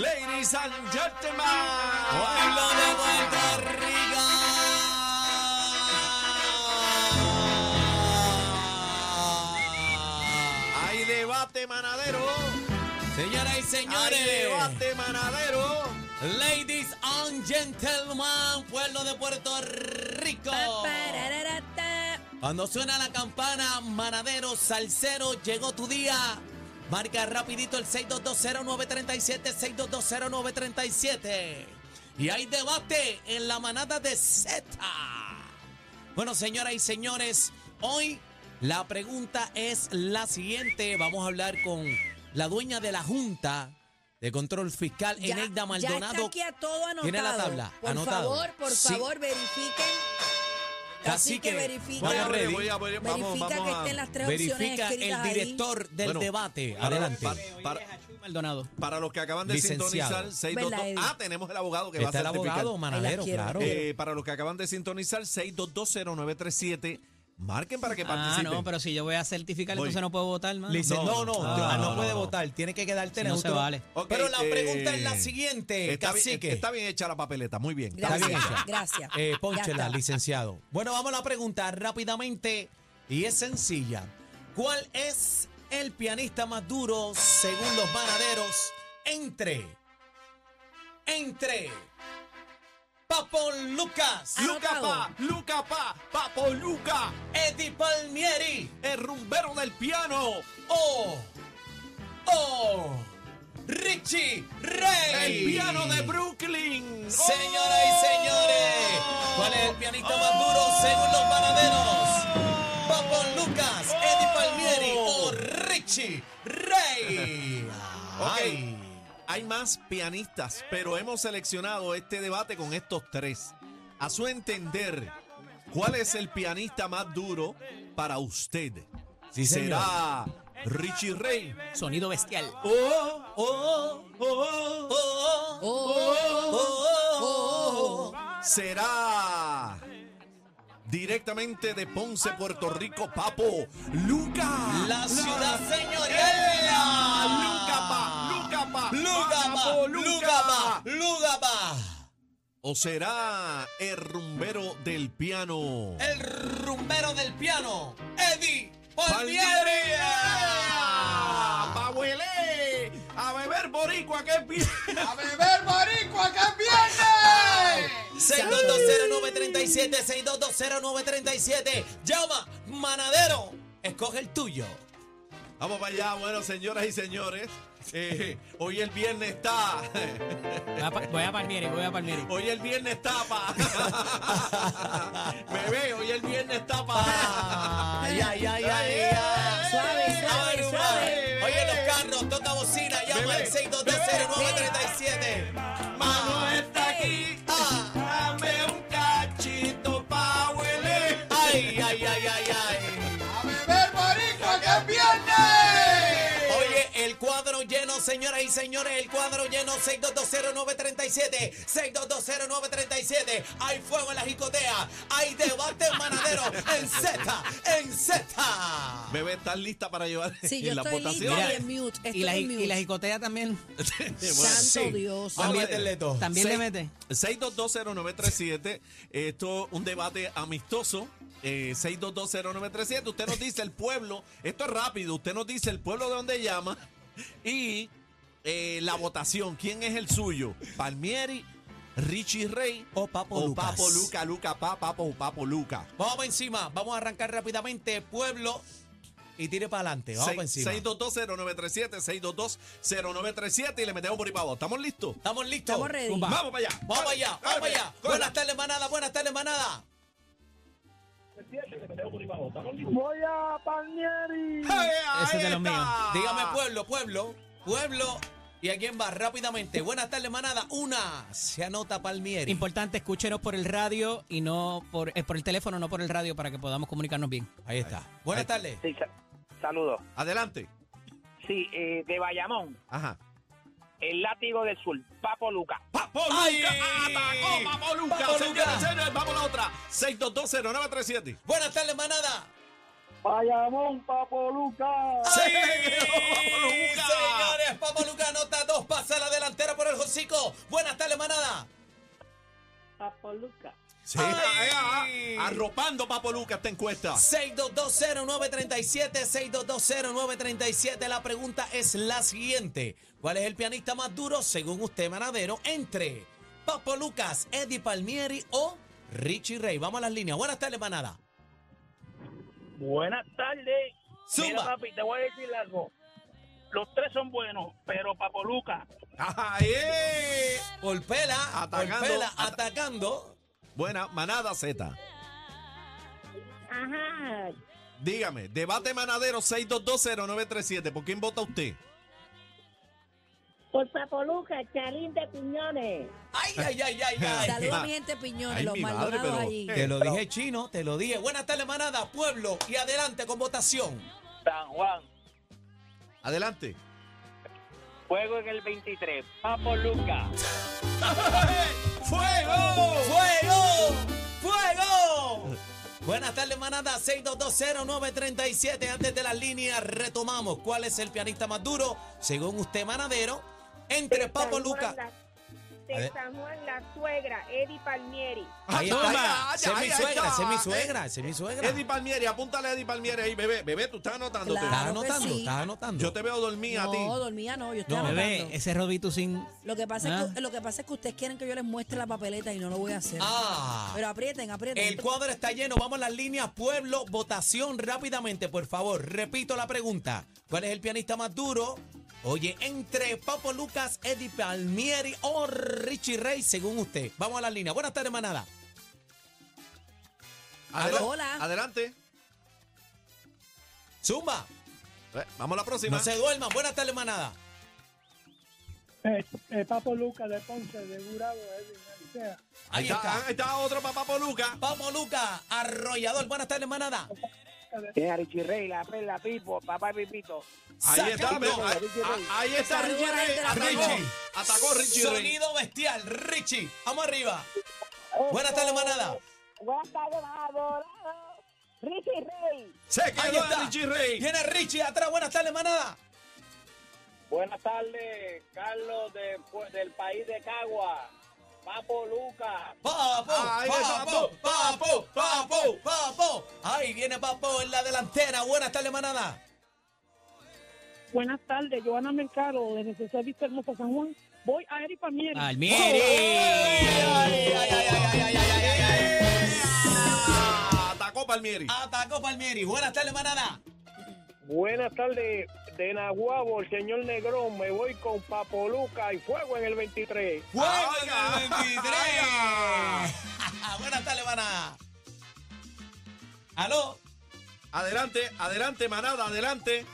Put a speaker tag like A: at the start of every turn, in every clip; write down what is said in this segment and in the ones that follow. A: Ladies and gentlemen.
B: Pueblo de Puerto Rico.
A: Hay debate manadero.
B: Señoras y
A: Hay
B: señores,
A: debate manadero.
B: ladies and gentlemen, pueblo de Puerto Rico.
C: Papararata.
B: Cuando suena la campana, manadero, salsero, llegó tu día. Marca rapidito el 6220937, 6220937. Y hay debate en la manada de Z. Bueno, señoras y señores, hoy la pregunta es la siguiente. Vamos a hablar con la dueña de la Junta de Control Fiscal,
C: Ya-
B: Eneida
C: Ya
B: Maldonado.
C: está aquí a todo anotado.
B: Tiene la tabla,
C: Por
B: anotado.
C: favor, por
B: Sí.
C: favor, verifiquen. Así que
B: Cacique,
C: verifica.
B: vamos
A: Voy a-
B: ready.
A: voy a- voy a- vamos,
C: verifica
A: vamos
C: que
A: a-
C: estén las tres opciones
B: Verifica
C: escritas
B: el
C: ahí.
B: director del
A: Bueno,
B: debate.
A: para-
B: Adelante.
A: para- para-
D: Maldonado.
A: Para los que acaban de
B: Licenciado.
A: sintonizar, 622.
C: ¿Verdad, Eddie?
A: Ah, tenemos el abogado que
B: Está el
A: va a certificar.
B: abogado, manadero,
C: quiero.
B: claro.
A: Eh, para los que acaban de sintonizar, 6220937. Marquen para que
D: Ah,
A: participen.
D: no, pero si yo voy a certificar,
A: Voy.
D: entonces no puedo votar, mano.
B: Le dice,
A: No,
B: no, no,
A: no,
B: no,
A: no,
B: ah,
A: no,
B: no
A: no,
B: puede
A: no.
B: votar, tiene que quedarte
D: Si no
B: neutro.
D: se vale.
A: Ok,
B: Pero la
A: eh,
B: pregunta es la siguiente,
A: Está, bien-
B: cacique.
A: está bien hecha la papeleta, muy bien.
B: Está bien
C: Gracias,
B: hecha.
C: gracias.
B: Eh,
C: Ya
B: pónchela,
C: está.
B: licenciado. Bueno, vamos a la pregunta rápidamente y es sencilla. ¿Cuál es el pianista más duro según los manaderos entre entre Papo Lucas,
A: Luca
C: Anotado.
A: Pa, Luca Pa, Papo Luca,
B: Eddie Palmieri
A: el rumbero del piano,
B: o o Richie Rey?
A: el piano de Brooklyn. Oh.
B: Señoras y señores, ¿cuál es el pianista más duro según los panaderos? Papo Lucas, Eddie Palmieri o Richie Rey.
A: Ay. Hay más pianistas, pero hemos seleccionado este debate con estos tres. A su entender, ¿cuál es el pianista más duro para usted?
B: Sí,
A: ¿Será Richie Ray?
D: Sonido bestial.
A: Oh, oh, oh, oh, oh, oh, oh. Será directamente de Ponce, Puerto Rico, Papo Luca.
B: La ciudad
A: ¡Ea!
B: señorial.
A: Luca pa, Luca pa,
B: Lugaba,
A: Papo
B: Lugaba, Lugaba.
A: ¿O será el rumbero del piano?
B: El rumbero del piano, Eddie Palmieri.
A: ¡Palmieri! ¡Pabuelé! ¡A beber boricua que es bien!
E: ¡A beber boricua que es viernes!
B: 6220937, 6220937. Llama, manadero, escoge el tuyo.
A: Vamos para allá, bueno, señoras y señores. Eh, hoy el viernes está.
D: Voy a, pa- voy a Palmieri, voy a Palmieri.
A: Hoy el viernes tapa. Bebé, hoy el viernes tapa.
B: Ay, ay, ay, ay, ay.
C: Suave, suave,
B: Abre un
C: suave.
B: bar. Oye, los carros, toca bocina, llama al
A: Bebé,
B: 6220937.
A: Mano está aquí.
B: Ah,
A: Dame un cachito pa' huele.
B: Ay, ay, ay, ay, ay.
E: ¡A beber boricua que es viernes!
B: Oye, el cuadro lleno, señoras y señores, el cuadro lleno 6220937, 6220937. Hay fuego en la jicotea, hay debate en manadero, en Z, en Z.
A: Bebé, ¿estás lista para llevar
C: Sí, yo
A: en la
C: estoy
A: votación?
C: lista y en mute. Estoy
D: Y la,
C: en mute.
D: y la jicotea también.
C: Santo Dios.
B: Vamos a
C: También-
B: meterle
A: Oh,
B: todo.
D: También le
A: Seis-
D: mete.
A: 6220937. Esto es un debate amistoso. Eh, 6220937. Usted nos dice el pueblo. Esto es rápido. Usted nos dice el pueblo de donde llama. Y eh, la votación. ¿Quién es el suyo? Palmieri, Richie Rey
B: O Oh, Papo
A: o
B: Lucas.
A: Oh, Papo Luca, Luca, Pa, Papo, Papo Luca.
B: Vamos pa' encima, vamos a arrancar rápidamente, pueblo, y tire para adelante. Vamos pa'
A: Seis-
B: encima.
A: 6220937, 6220937 y le metemos por ahí para abajo. ¿Estamos listos?
B: Estamos listos.
C: Estamos ready.
D: Zumba.
A: Vamos para allá.
B: Ah. Vamos allá, vamos
A: Córrele,
B: allá.
A: córrele.
B: Buenas tardes, manada, buenas tardes, manada.
A: ¡Ea,
D: Ese es de
A: ahí
D: los míos.
A: está!
B: Dígame pues. pueblo, pueblo, pueblo. ¿Y a quién va? Rápidamente. Buenas tardes, manada. Una. Se anota Palmieri.
D: Importante, escúchenos por el radio y no por, eh, por el teléfono, no por el radio, para que podamos comunicarnos bien.
B: Ahí está. Buenas
A: Ahí.
B: tardes.
F: Sí, sa- saludos.
A: Adelante.
F: Sí, eh, de Bayamón,
A: Ajá.
F: el látigo del sur, Papo Luca.
A: Papo
B: ¡Ay!
A: Luca, atacó Papo Luca.
B: Papo
A: Señoras y
B: Luca.
A: señores, vamos a la otra. 6220937.
B: Buenas tardes, manada.
G: Bayamón, Papo Lucas.
A: ¡Sí! Luca.
B: Señores, Papo Luca anota dos pases a la delantera por el Josico. Buenas tardes, manada.
G: Papo Lucas.
A: Sí. eh, ah,
B: Ay.
A: Arropando, Papo Lucas, esta encuesta.
B: 6220937, 6220937. La pregunta es la siguiente. ¿Cuál es el pianista más duro, según usted, manadero, entre Papo Lucas, Eddie Palmieri o Richie Rey? Vamos a las líneas. Buenas tardes, manada.
H: Buenas tardes. Mira,
B: Zumba.
H: papi, te voy a decir algo. Los tres son buenos, pero Papo Luca,
A: Ajá, eh.
B: Por pela,
A: Atacando,
B: por pela,
A: ata-
B: atacando.
A: Buena, manada Z.
G: Ajá.
A: Dígame, debate manadero 6220937. ¿Por quién vota usted?
G: Por Papo Lucas, Charín de Piñones.
B: Ay, ay, ay, ay, ay.
A: Dale.
C: Saludos a
A: ma-
C: mi gente piñones,
A: Ay,
C: los
A: mi madre,
C: maldonados
A: pero-
C: allí.
B: Te lo dije chino, te lo dije. Buenas tardes, manada, pueblo, y adelante con votación.
F: San Juan,
A: Adelante.
F: juego en el 23. Papo Luca.
A: ¡Fuego!
B: ¡Fuego! ¡Fuego! Buenas tardes, manada 6220937. Antes de las líneas, retomamos. ¿Cuál es el pianista más duro, según usted, manadero? Entre Papo Luca. A ver.
G: De San Juan, la suegra, Eddie Palmieri.
B: Ahí
A: Toma.
B: está.
A: Ay,
B: Esa es
A: ay,
B: mi
A: ahí
B: suegra,
A: está.
B: esa es mi suegra, esa es mi suegra.
A: Eddie Palmieri, apúntale a Eddie Palmieri ahí, bebé. Bebé, tú estás anotando.
C: Claro.
B: Estás
C: que
B: anotando,
C: sí.
B: estás anotando.
A: Yo te veo dormir a ti.
C: No, dormía no, yo estoy
B: No,
C: anotando.
D: Bebé, ese Robito sin.
C: Lo que, pasa es
D: Ah.
C: que, lo que pasa es que ustedes quieren que yo les muestre la papeleta y no lo voy a hacer.
B: Ah.
C: Pero aprieten, aprieten.
B: El cuadro está lleno. Vamos a las líneas pueblo, votación rápidamente, por favor. Repito la pregunta. ¿Cuál es el pianista más duro? Oye, entre Papo Lucas, Eddie Palmieri o Richie Rey, según usted. Vamos a las líneas. Buenas tardes, manada.
A: Adela-
C: Hola.
A: Adelante.
B: Zumba,
A: Eh, Vamos a la próxima.
B: no se duerman. Buenas tardes, manada.
G: Eh, Papo Lucas de Ponce, de Gurabo, Eddie García.
A: ahí,
B: Ahí
A: está. eh.
B: está.
A: ahí está otro papá por Luca.
B: Papo Lucas, arrollador. Buenas tarres, manada.
F: Tiene a Richie Rey, la perla, Pipo, papá Pipito.
A: Ahí está,
B: Sacando.
A: pero, ahí, ah, ahí está
C: Saludos
A: Richie
C: a la
A: Rey.
C: gente de la
A: Atacó,
B: Richie.
A: atacó Richie Rey.
B: Sonido bestial. Richie, vamos arriba. Buenas tardes, manada.
G: Buenas tardes, adorado. Ricky Rey.
A: Se
B: Ahí
A: quedó
B: está.
A: Richie Rey.
B: Viene Richie atrás. Buenas tardes, manada.
H: Buenas tardes, Carlos de Pue- del país de Cagua. Papo Luca.
B: Papo,
A: Ahí está,
B: papo, papo, papo, papo. Ahí viene papo en la delantera. Buenas tardes, manada.
G: Buenas tardes, Joana Mercado, desde César Vista Hermosa, San Juan. Voy a Eddie Palmieri.
B: Ay, ay,
D: ¡Palmieri!
B: ay, ay, ay, ay, ay, ay, ay.
A: Ah, Atacó Palmieri.
B: Atacó Palmieri. Buenas tardes, manada.
H: Buenas tardes, de Nahuabo, el señor Negrón. Me voy con Papo Luca y fuego en el 23.
B: Juego
A: Oiga.
B: en el 23. Buenas tardes, manada. Aló.
A: Adelante, adelante, manada, adelante.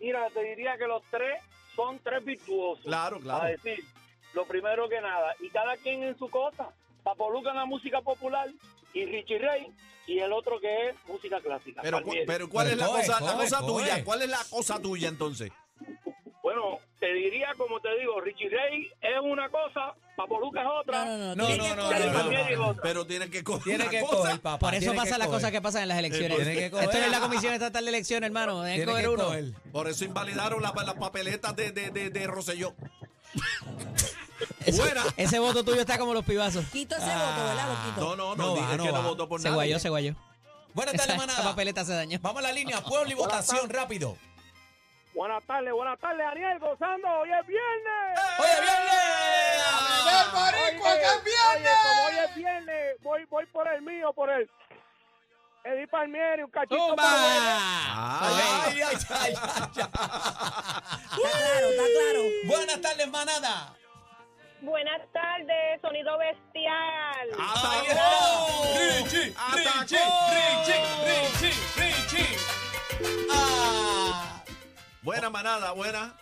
H: Mira, te diría que los tres son tres virtuosos.
A: Claro, claro.
H: A decir, lo primero que nada, y cada quien en su cosa. Papo Luca en la música popular y Richie Rey y el otro que es música clásica.
A: Pero, cu-
H: Palmieri.
A: pero ¿cuál
B: Pero
A: es la
B: coge,
A: cosa, la
B: coge,
A: cosa
B: coge.
A: tuya? ¿Cuál es la cosa tuya entonces?
H: Bueno, te diría, como te digo, Richie Rey es una cosa, Papo Luca es otra.
C: no, no, no.
B: No,
C: tienen
B: no,
C: que
B: no, no,
C: escoger
B: no,
C: una.
H: Palmieri es otra.
A: Pero tiene que coger
B: Tiene
A: una
B: que
A: cosa.
B: coger, papá.
D: Por eso
B: Tiene que
D: pasan las
B: coger.
D: cosas que pasan en las
A: pues.
D: elecciones.
B: Tiene que coger.
D: Esto no es la Comisión Estatal de Elecciones, hermano. Deben
B: Tiene que
D: coger uno.
B: coger.
A: Por eso invalidaron la- las papeletas de, de, de, de Rosselló. Buena.
D: Ese voto tuyo está como los pibazos.
C: Quito ese voto, ¿verdad? Lo
A: No,
C: quito.
A: no, no,
B: No
A: dije
B: va, no
A: que
B: va.
A: no votó por
D: Se
A: nada.
D: guayó, se guayó.
B: Buenas
D: Esa,
B: tardes,
D: esa
B: manada.
D: papeleta se dañó.
B: Vamos a la línea, pueblo y votación rápido.
H: Buenas tardes, buenas tardes, Ariel, gozando, hoy es viernes.
B: Oye, viernes.
E: ¡Del boricua que es
H: Oye, como hoy es
E: viernes!
H: viernes, voy, voy por el mío, por el Eddie Palmieri, un cachito
D: ¡Tumba!
H: para
A: Ah, Ay,
B: Ay, ay, ay, ay, ay.
C: Está claro, está claro.
B: Buenas tardes, manada.
G: Buenas tardes, sonido bestial.
B: Ahí
A: ¡Atacó!
B: está.
A: ¡Atacó!
B: Ah.
A: Buena manada, buena.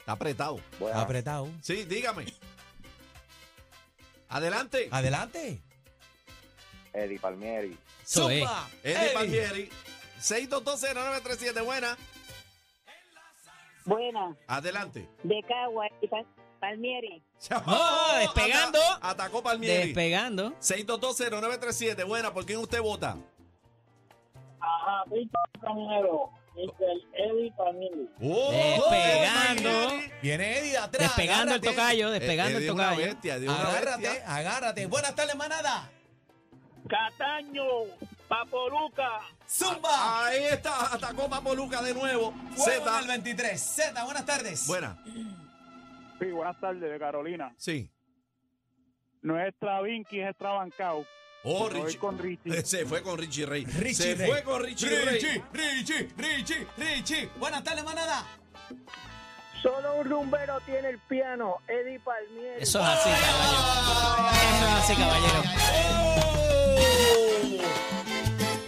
A: Está apretado.
B: Apretado.
A: Sí, dígame. Adelante.
B: Adelante.
F: Eddie Palmieri.
D: Eso es.
B: Zumba.
A: Eddie Palmieri. 6220937, buena.
G: Buenas,
A: Adelante.
G: de Cagua, Eddie Pal- Palmieri.
A: Ah,
D: Oh, despegando.
A: Ata- Atacó Palmieri.
D: Despegando.
A: 6220937, buena. ¿Por quién usted vota?
H: Ajá, Víctor Caminero, Mr. Eddie Panini.
A: ¡Oh!
D: Despegando.
B: Viene Eddie de atrás.
D: Despegando el
B: agárrate.
D: tocayo, despegando
A: Eddie
D: el
A: es una
D: tocayo.
A: bestia, Eddie es una
B: Agárrate,
A: bestia.
B: agárrate. Buenas tardes, manada.
H: Cataño, Papoluca.
B: Zumba.
A: Ahí está, atacó Papoluca de nuevo.
B: Z. El
A: Ah, Z.
B: 23. Z, buenas tardes.
A: Buena.
I: Sí, buenas tardes, de Carolina.
A: Sí.
I: Nuestra Vinky es Trabancao.
A: Oh,
I: Me voy
A: Richie.
I: con Richie.
A: Se fue con Richie Rey.
B: Richie
A: Se
B: Rey.
A: fue con Richie, Rey.
B: Richie, Richie, Richie, Richie. Buenas tardes, manada.
F: Solo un rumbero tiene el piano, Eddie Palmieri.
D: Eso es así, caballero. Eso es así, caballero.
A: Oh.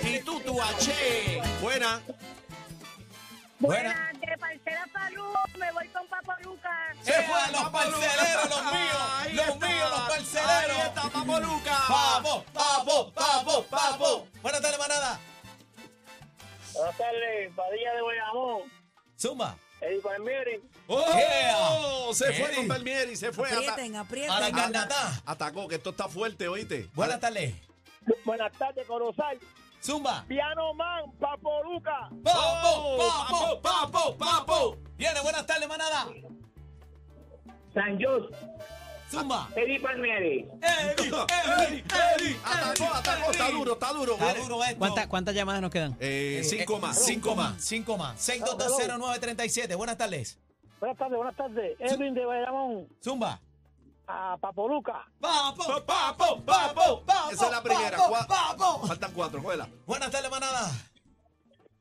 A: Y tú, tu H. Buena.
B: Buena.
G: de parcela Palú, me voy con Papoluca.
B: Se fue a los parceleros, los míos.
A: Ahí
B: Los
A: está.
B: míos, los
A: Ahí
B: parceleros.
A: está, Papoluca.
B: Vamos, vamos, vamos, vamos. Buenas tardes, manada.
H: Buenas tardes, Padilla de Guayamón,
B: Zumba.
H: Eddie Palmieri.
A: Oh,
B: Yeah.
A: Se fue
B: Eddie.
A: con Palmieri, se fue. ata-
C: Aprieten, aprieten.
B: A la carnatá.
A: Atacó, que esto está fuerte, oíste.
B: Buenas tardes.
H: Buenas tardes, Corozal.
B: Zumba.
H: Piano Man, Papoluca.
A: Oh,
B: Papo, papo, papo, papo. Viene, buenas tardes, manada.
F: San Jose,
B: Zumba.
F: Eddie Palmieri.
B: Eddie, Eddie, Eddie.
A: Atacó, atacó, está duro, está duro.
B: Está
A: viene.
B: duro esto.
D: ¿Cuánta- ¿Cuántas llamadas nos quedan?
A: Eh, cinco más, cinco
B: cinco
A: más.
B: 5 más. 6220937. Buenas tardes.
H: Buenas tardes, buenas tardes. Edwin de Bayamón,
B: Zumba.
H: a Papoluca.
B: Papo, papo, papo, papo.
A: Esa es la primera.
B: papo,
A: cua-
B: papo.
A: Faltan cuatro, cógela.
B: Buenas tardes, manada.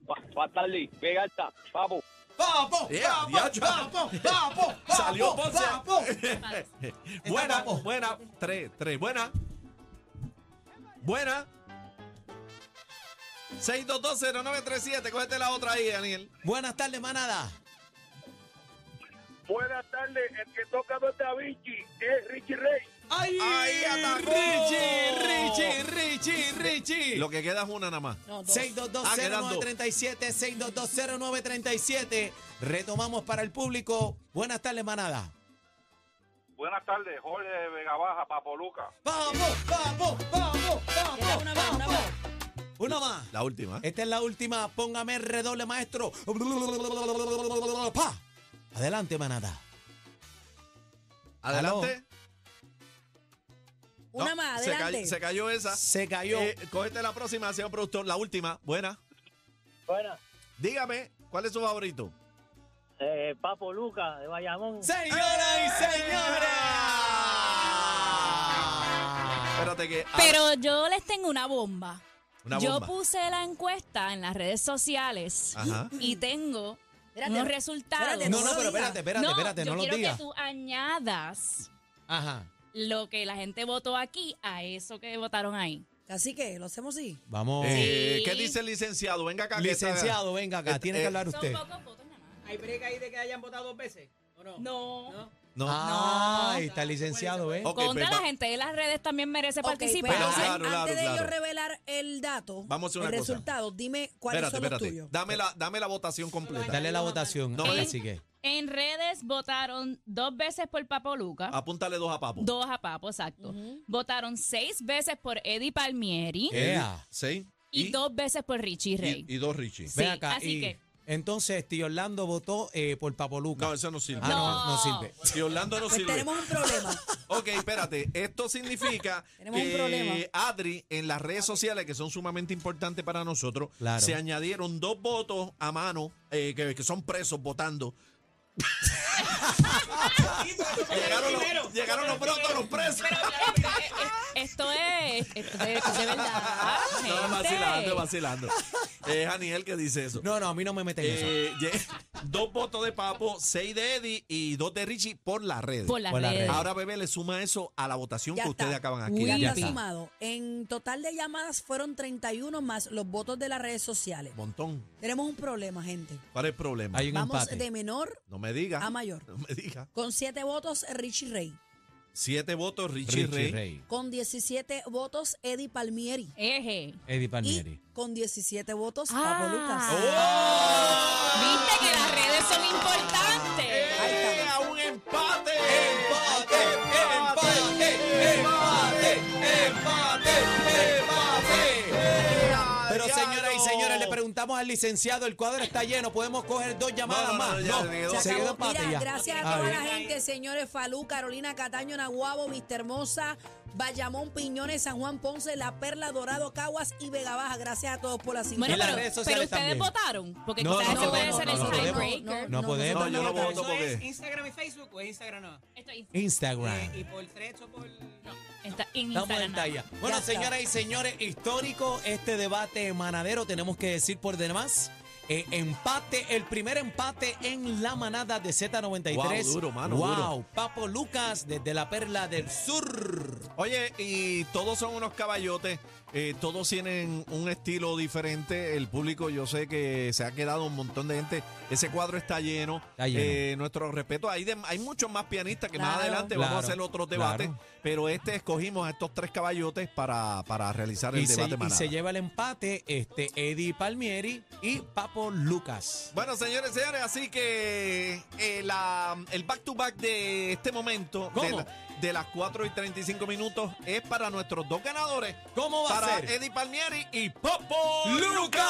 H: Buenas tardes, Vegalta, Papo.
B: Papo,
A: Yeah,
B: papo,
A: diacho.
B: papo, papo, papo,
A: Eh, Salió Ponce.
B: papo.
A: Buena,
B: papo.
A: buena. Tres, tres. Buena. Buena. 6220937. Cógete la otra ahí, Daniel.
B: Buenas tardes, manada.
H: Buenas tardes, el que toca Don Da Vinci es Richie Rey.
B: ¡Ay,
A: Ahí atacó.
B: Richie, Richie, Richie, Richie!
A: Lo que queda es una nada más.
C: No, dos.
B: 6220937, 6220937. Retomamos para el público. Buenas tardes, manada.
I: Buenas tardes, Jorge de Vega Baja, Papoluca.
B: Vamos, vamos, vamos,
C: Queda
B: vamos.
C: una más, una más.
B: Una más.
A: La última.
B: Esta es la última. Póngame el redoble, maestro. Pa. Adelante, manada.
A: Adelante.
C: Una
A: No,
C: más,
A: se cayó-
C: adelante.
A: Se cayó, esa.
B: Se cayó.
A: Eh, cógete la próxima, señor productor. La última. Buena.
F: Buena,
A: Dígame, ¿cuál es su favorito?
F: eh, Papo Luca de Bayamón.
B: Señoras y señores.
A: Espérate que. ah,
J: Pero yo les tengo una bomba.
A: una
J: yo
A: bomba. Ah.
J: puse la encuesta en las redes sociales
A: Ajá.
J: y tengo
C: Espérate,
J: unos resultados.
C: espérate,
B: No,
C: lo
B: no, pero
C: digas.
B: espérate, espérate, espérate,
J: yo
B: no lo
J: quiero
B: digas.
J: que tú añadas
B: Ajá.
J: lo que la gente votó aquí a eso que votaron ahí.
C: Así que, lo hacemos así.
B: Vamos.
A: Eh,
J: Sí.
A: ¿Qué dice el licenciado? Venga acá. que está-
B: Licenciado, venga acá,
A: Eh,
B: tiene que
A: eh,
B: hablar usted.
J: Son pocos votos nada más.
D: ¿Hay break ahí de que hayan votado dos veces? ¿O
J: No.
A: No.
B: Ah, ahí está el licenciado, ¿eh?
A: Ok,
J: Contra
A: pues,
J: la
A: va-
J: gente de las redes también merece
C: Ok,
J: participar.
A: Pero
C: pero pues, antes-
A: claro, claro,
C: antes de
A: claro.
C: yo revelar el dato,
A: Vamos a hacer
C: el
A: una cosa.
C: resultado, dime cuáles
A: Espérate,
C: son los
A: espérate.
C: tuyos.
A: Dame la, dame la votación completa.
B: Dale la votación.
A: No,
B: ahora
A: eh.
B: sí que.
J: En redes votaron dos veces por Papo Luca,
A: Apúntale dos a Papo.
J: dos a Papo, exacto. Votaron seis veces por Eddie Palmieri
B: Eh, Ea.
A: Seis.
J: y, dos veces por Richie Rey.
A: y- y dos Richie.
J: Sí,
B: Ven acá.
J: así
B: y
J: que-
B: Entonces, tío Orlando votó eh, por Papoluca.
A: No, eso no sirve.
B: Ah, no,
J: No.
B: no sirve.
A: Si Orlando no
C: Pues
A: sirve.
C: tenemos un problema.
A: Ok, espérate. Esto significa
C: Tenemos un problema.
A: que Adri, en las redes sociales, que son sumamente importantes para nosotros,
B: Claro.
A: se añadieron dos votos a mano eh, que, que son presos votando. llegaron, los, llegaron los brotos, los presos.
J: eh, Esto es, esto es- esto es de verdad.
A: No,
J: gente.
A: vacilando, vacilando. Es Aniel que dice eso.
B: No, no, a mí no me meten eso.
A: Eh, ye- dos votos de Papo, seis de Eddie y dos de Richie por la red.
J: Por las
B: Por las
J: redes.
B: redes.
A: Ahora, bebé, le suma eso a la votación
C: Ya
A: que
C: está.
A: ustedes acaban aquí.
C: ya
B: Ya
C: está
B: está.
C: sumado. En total de llamadas fueron 31 más los votos de las redes sociales.
A: Montón.
C: Tenemos un problema, gente.
A: ¿Cuál es el problema?
B: Hay un
C: Vamos
B: empate.
C: de menor
A: No me diga.
C: a mayor.
A: No me diga.
C: Con 7 votos, Richie Rey.
A: Siete votos, Richie,
B: Richie
A: Rey.
B: Rey.
C: Con 17 votos, Eddie Palmieri.
J: Eje.
B: Eddie
C: Y
B: Palmieri. Oh,
C: con 17 votos,
J: Ah.
C: Pablo Lucas.
J: Viste que las redes son importantes.
C: Ahí está.
A: ¡Eh, a un empate! ¡Eh,
B: ¡Empate! ¡Empate! ¡Empate! ¡Empate! ¡Empate!
A: ¡Eh, a
B: Pero señoras y
A: ¡Eh, diablo!
B: señores, le preguntamos al licenciado, el cuadro está lleno, podemos coger dos
A: No,
B: llamadas
A: no, no,
B: más.
A: ya,
B: No,
A: se quedó.
B: se
A: acabó.
B: quedó
A: Seguido
B: empate
C: Mira,
B: ya.
C: gracias a
B: Ah,
C: toda
B: bien.
C: la gente, señores. Falú, Carolina Cataño, Naguabo, Mister Hermosa, Bayamón, Piñones, San Juan Ponce, La Perla, Dorado, Caguas y Vega Baja. Gracias a todos por la
J: Bueno,
B: En las
J: pero,
C: sintonía.
B: redes
J: pero
B: sociales
J: ustedes
B: también.
J: votaron, porque
B: No, no,
J: quizás ese
B: no,
J: puede
B: no,
J: ser
B: no, no
J: el
B: podemos.
J: tiebreaker.
B: No podemos.
A: No, yo no voto
D: Eso es
A: porque-
D: Instagram y Facebook o es Instagram no.
J: Esto es
B: Instagram.
D: Eh, y por tres o por.
J: Está en
B: Estamos
J: Instagram.
B: en talla. Bueno,
C: Ya está.
B: señoras y señores, histórico este debate manadero. Tenemos que decir por demás. eh, empate, el primer empate en la manada de Z93.
A: Wow, duro, mano,
B: Wow,
A: duro.
B: Papo Lucas desde la Perla del Sur.
A: Oye, y todos son unos caballotes, eh, todos tienen un estilo diferente. El público, yo sé que se ha quedado un montón de gente. Ese cuadro está lleno.
B: Está lleno.
A: Eh, nuestro respeto, hay, de- hay muchos más pianistas que más
C: Claro.
A: adelante vamos a
B: Claro,
A: hacer otros
B: claro.
A: debates. Pero este escogimos a estos tres caballotes para, para realizar el
B: Y se,
A: debate
B: y
A: manada.
B: se lleva el empate este Eddie Palmieri y Papo Lucas.
A: Bueno, señores y señores, así que eh, la- el back-to-back de este momento, de,
B: ¿Cómo?
A: la- de las 4 y 35 minutos, es para nuestros dos ganadores.
B: ¿Cómo va a
A: Para
B: ser?
A: Eddie Palmieri y Popo
B: ¡Lucas!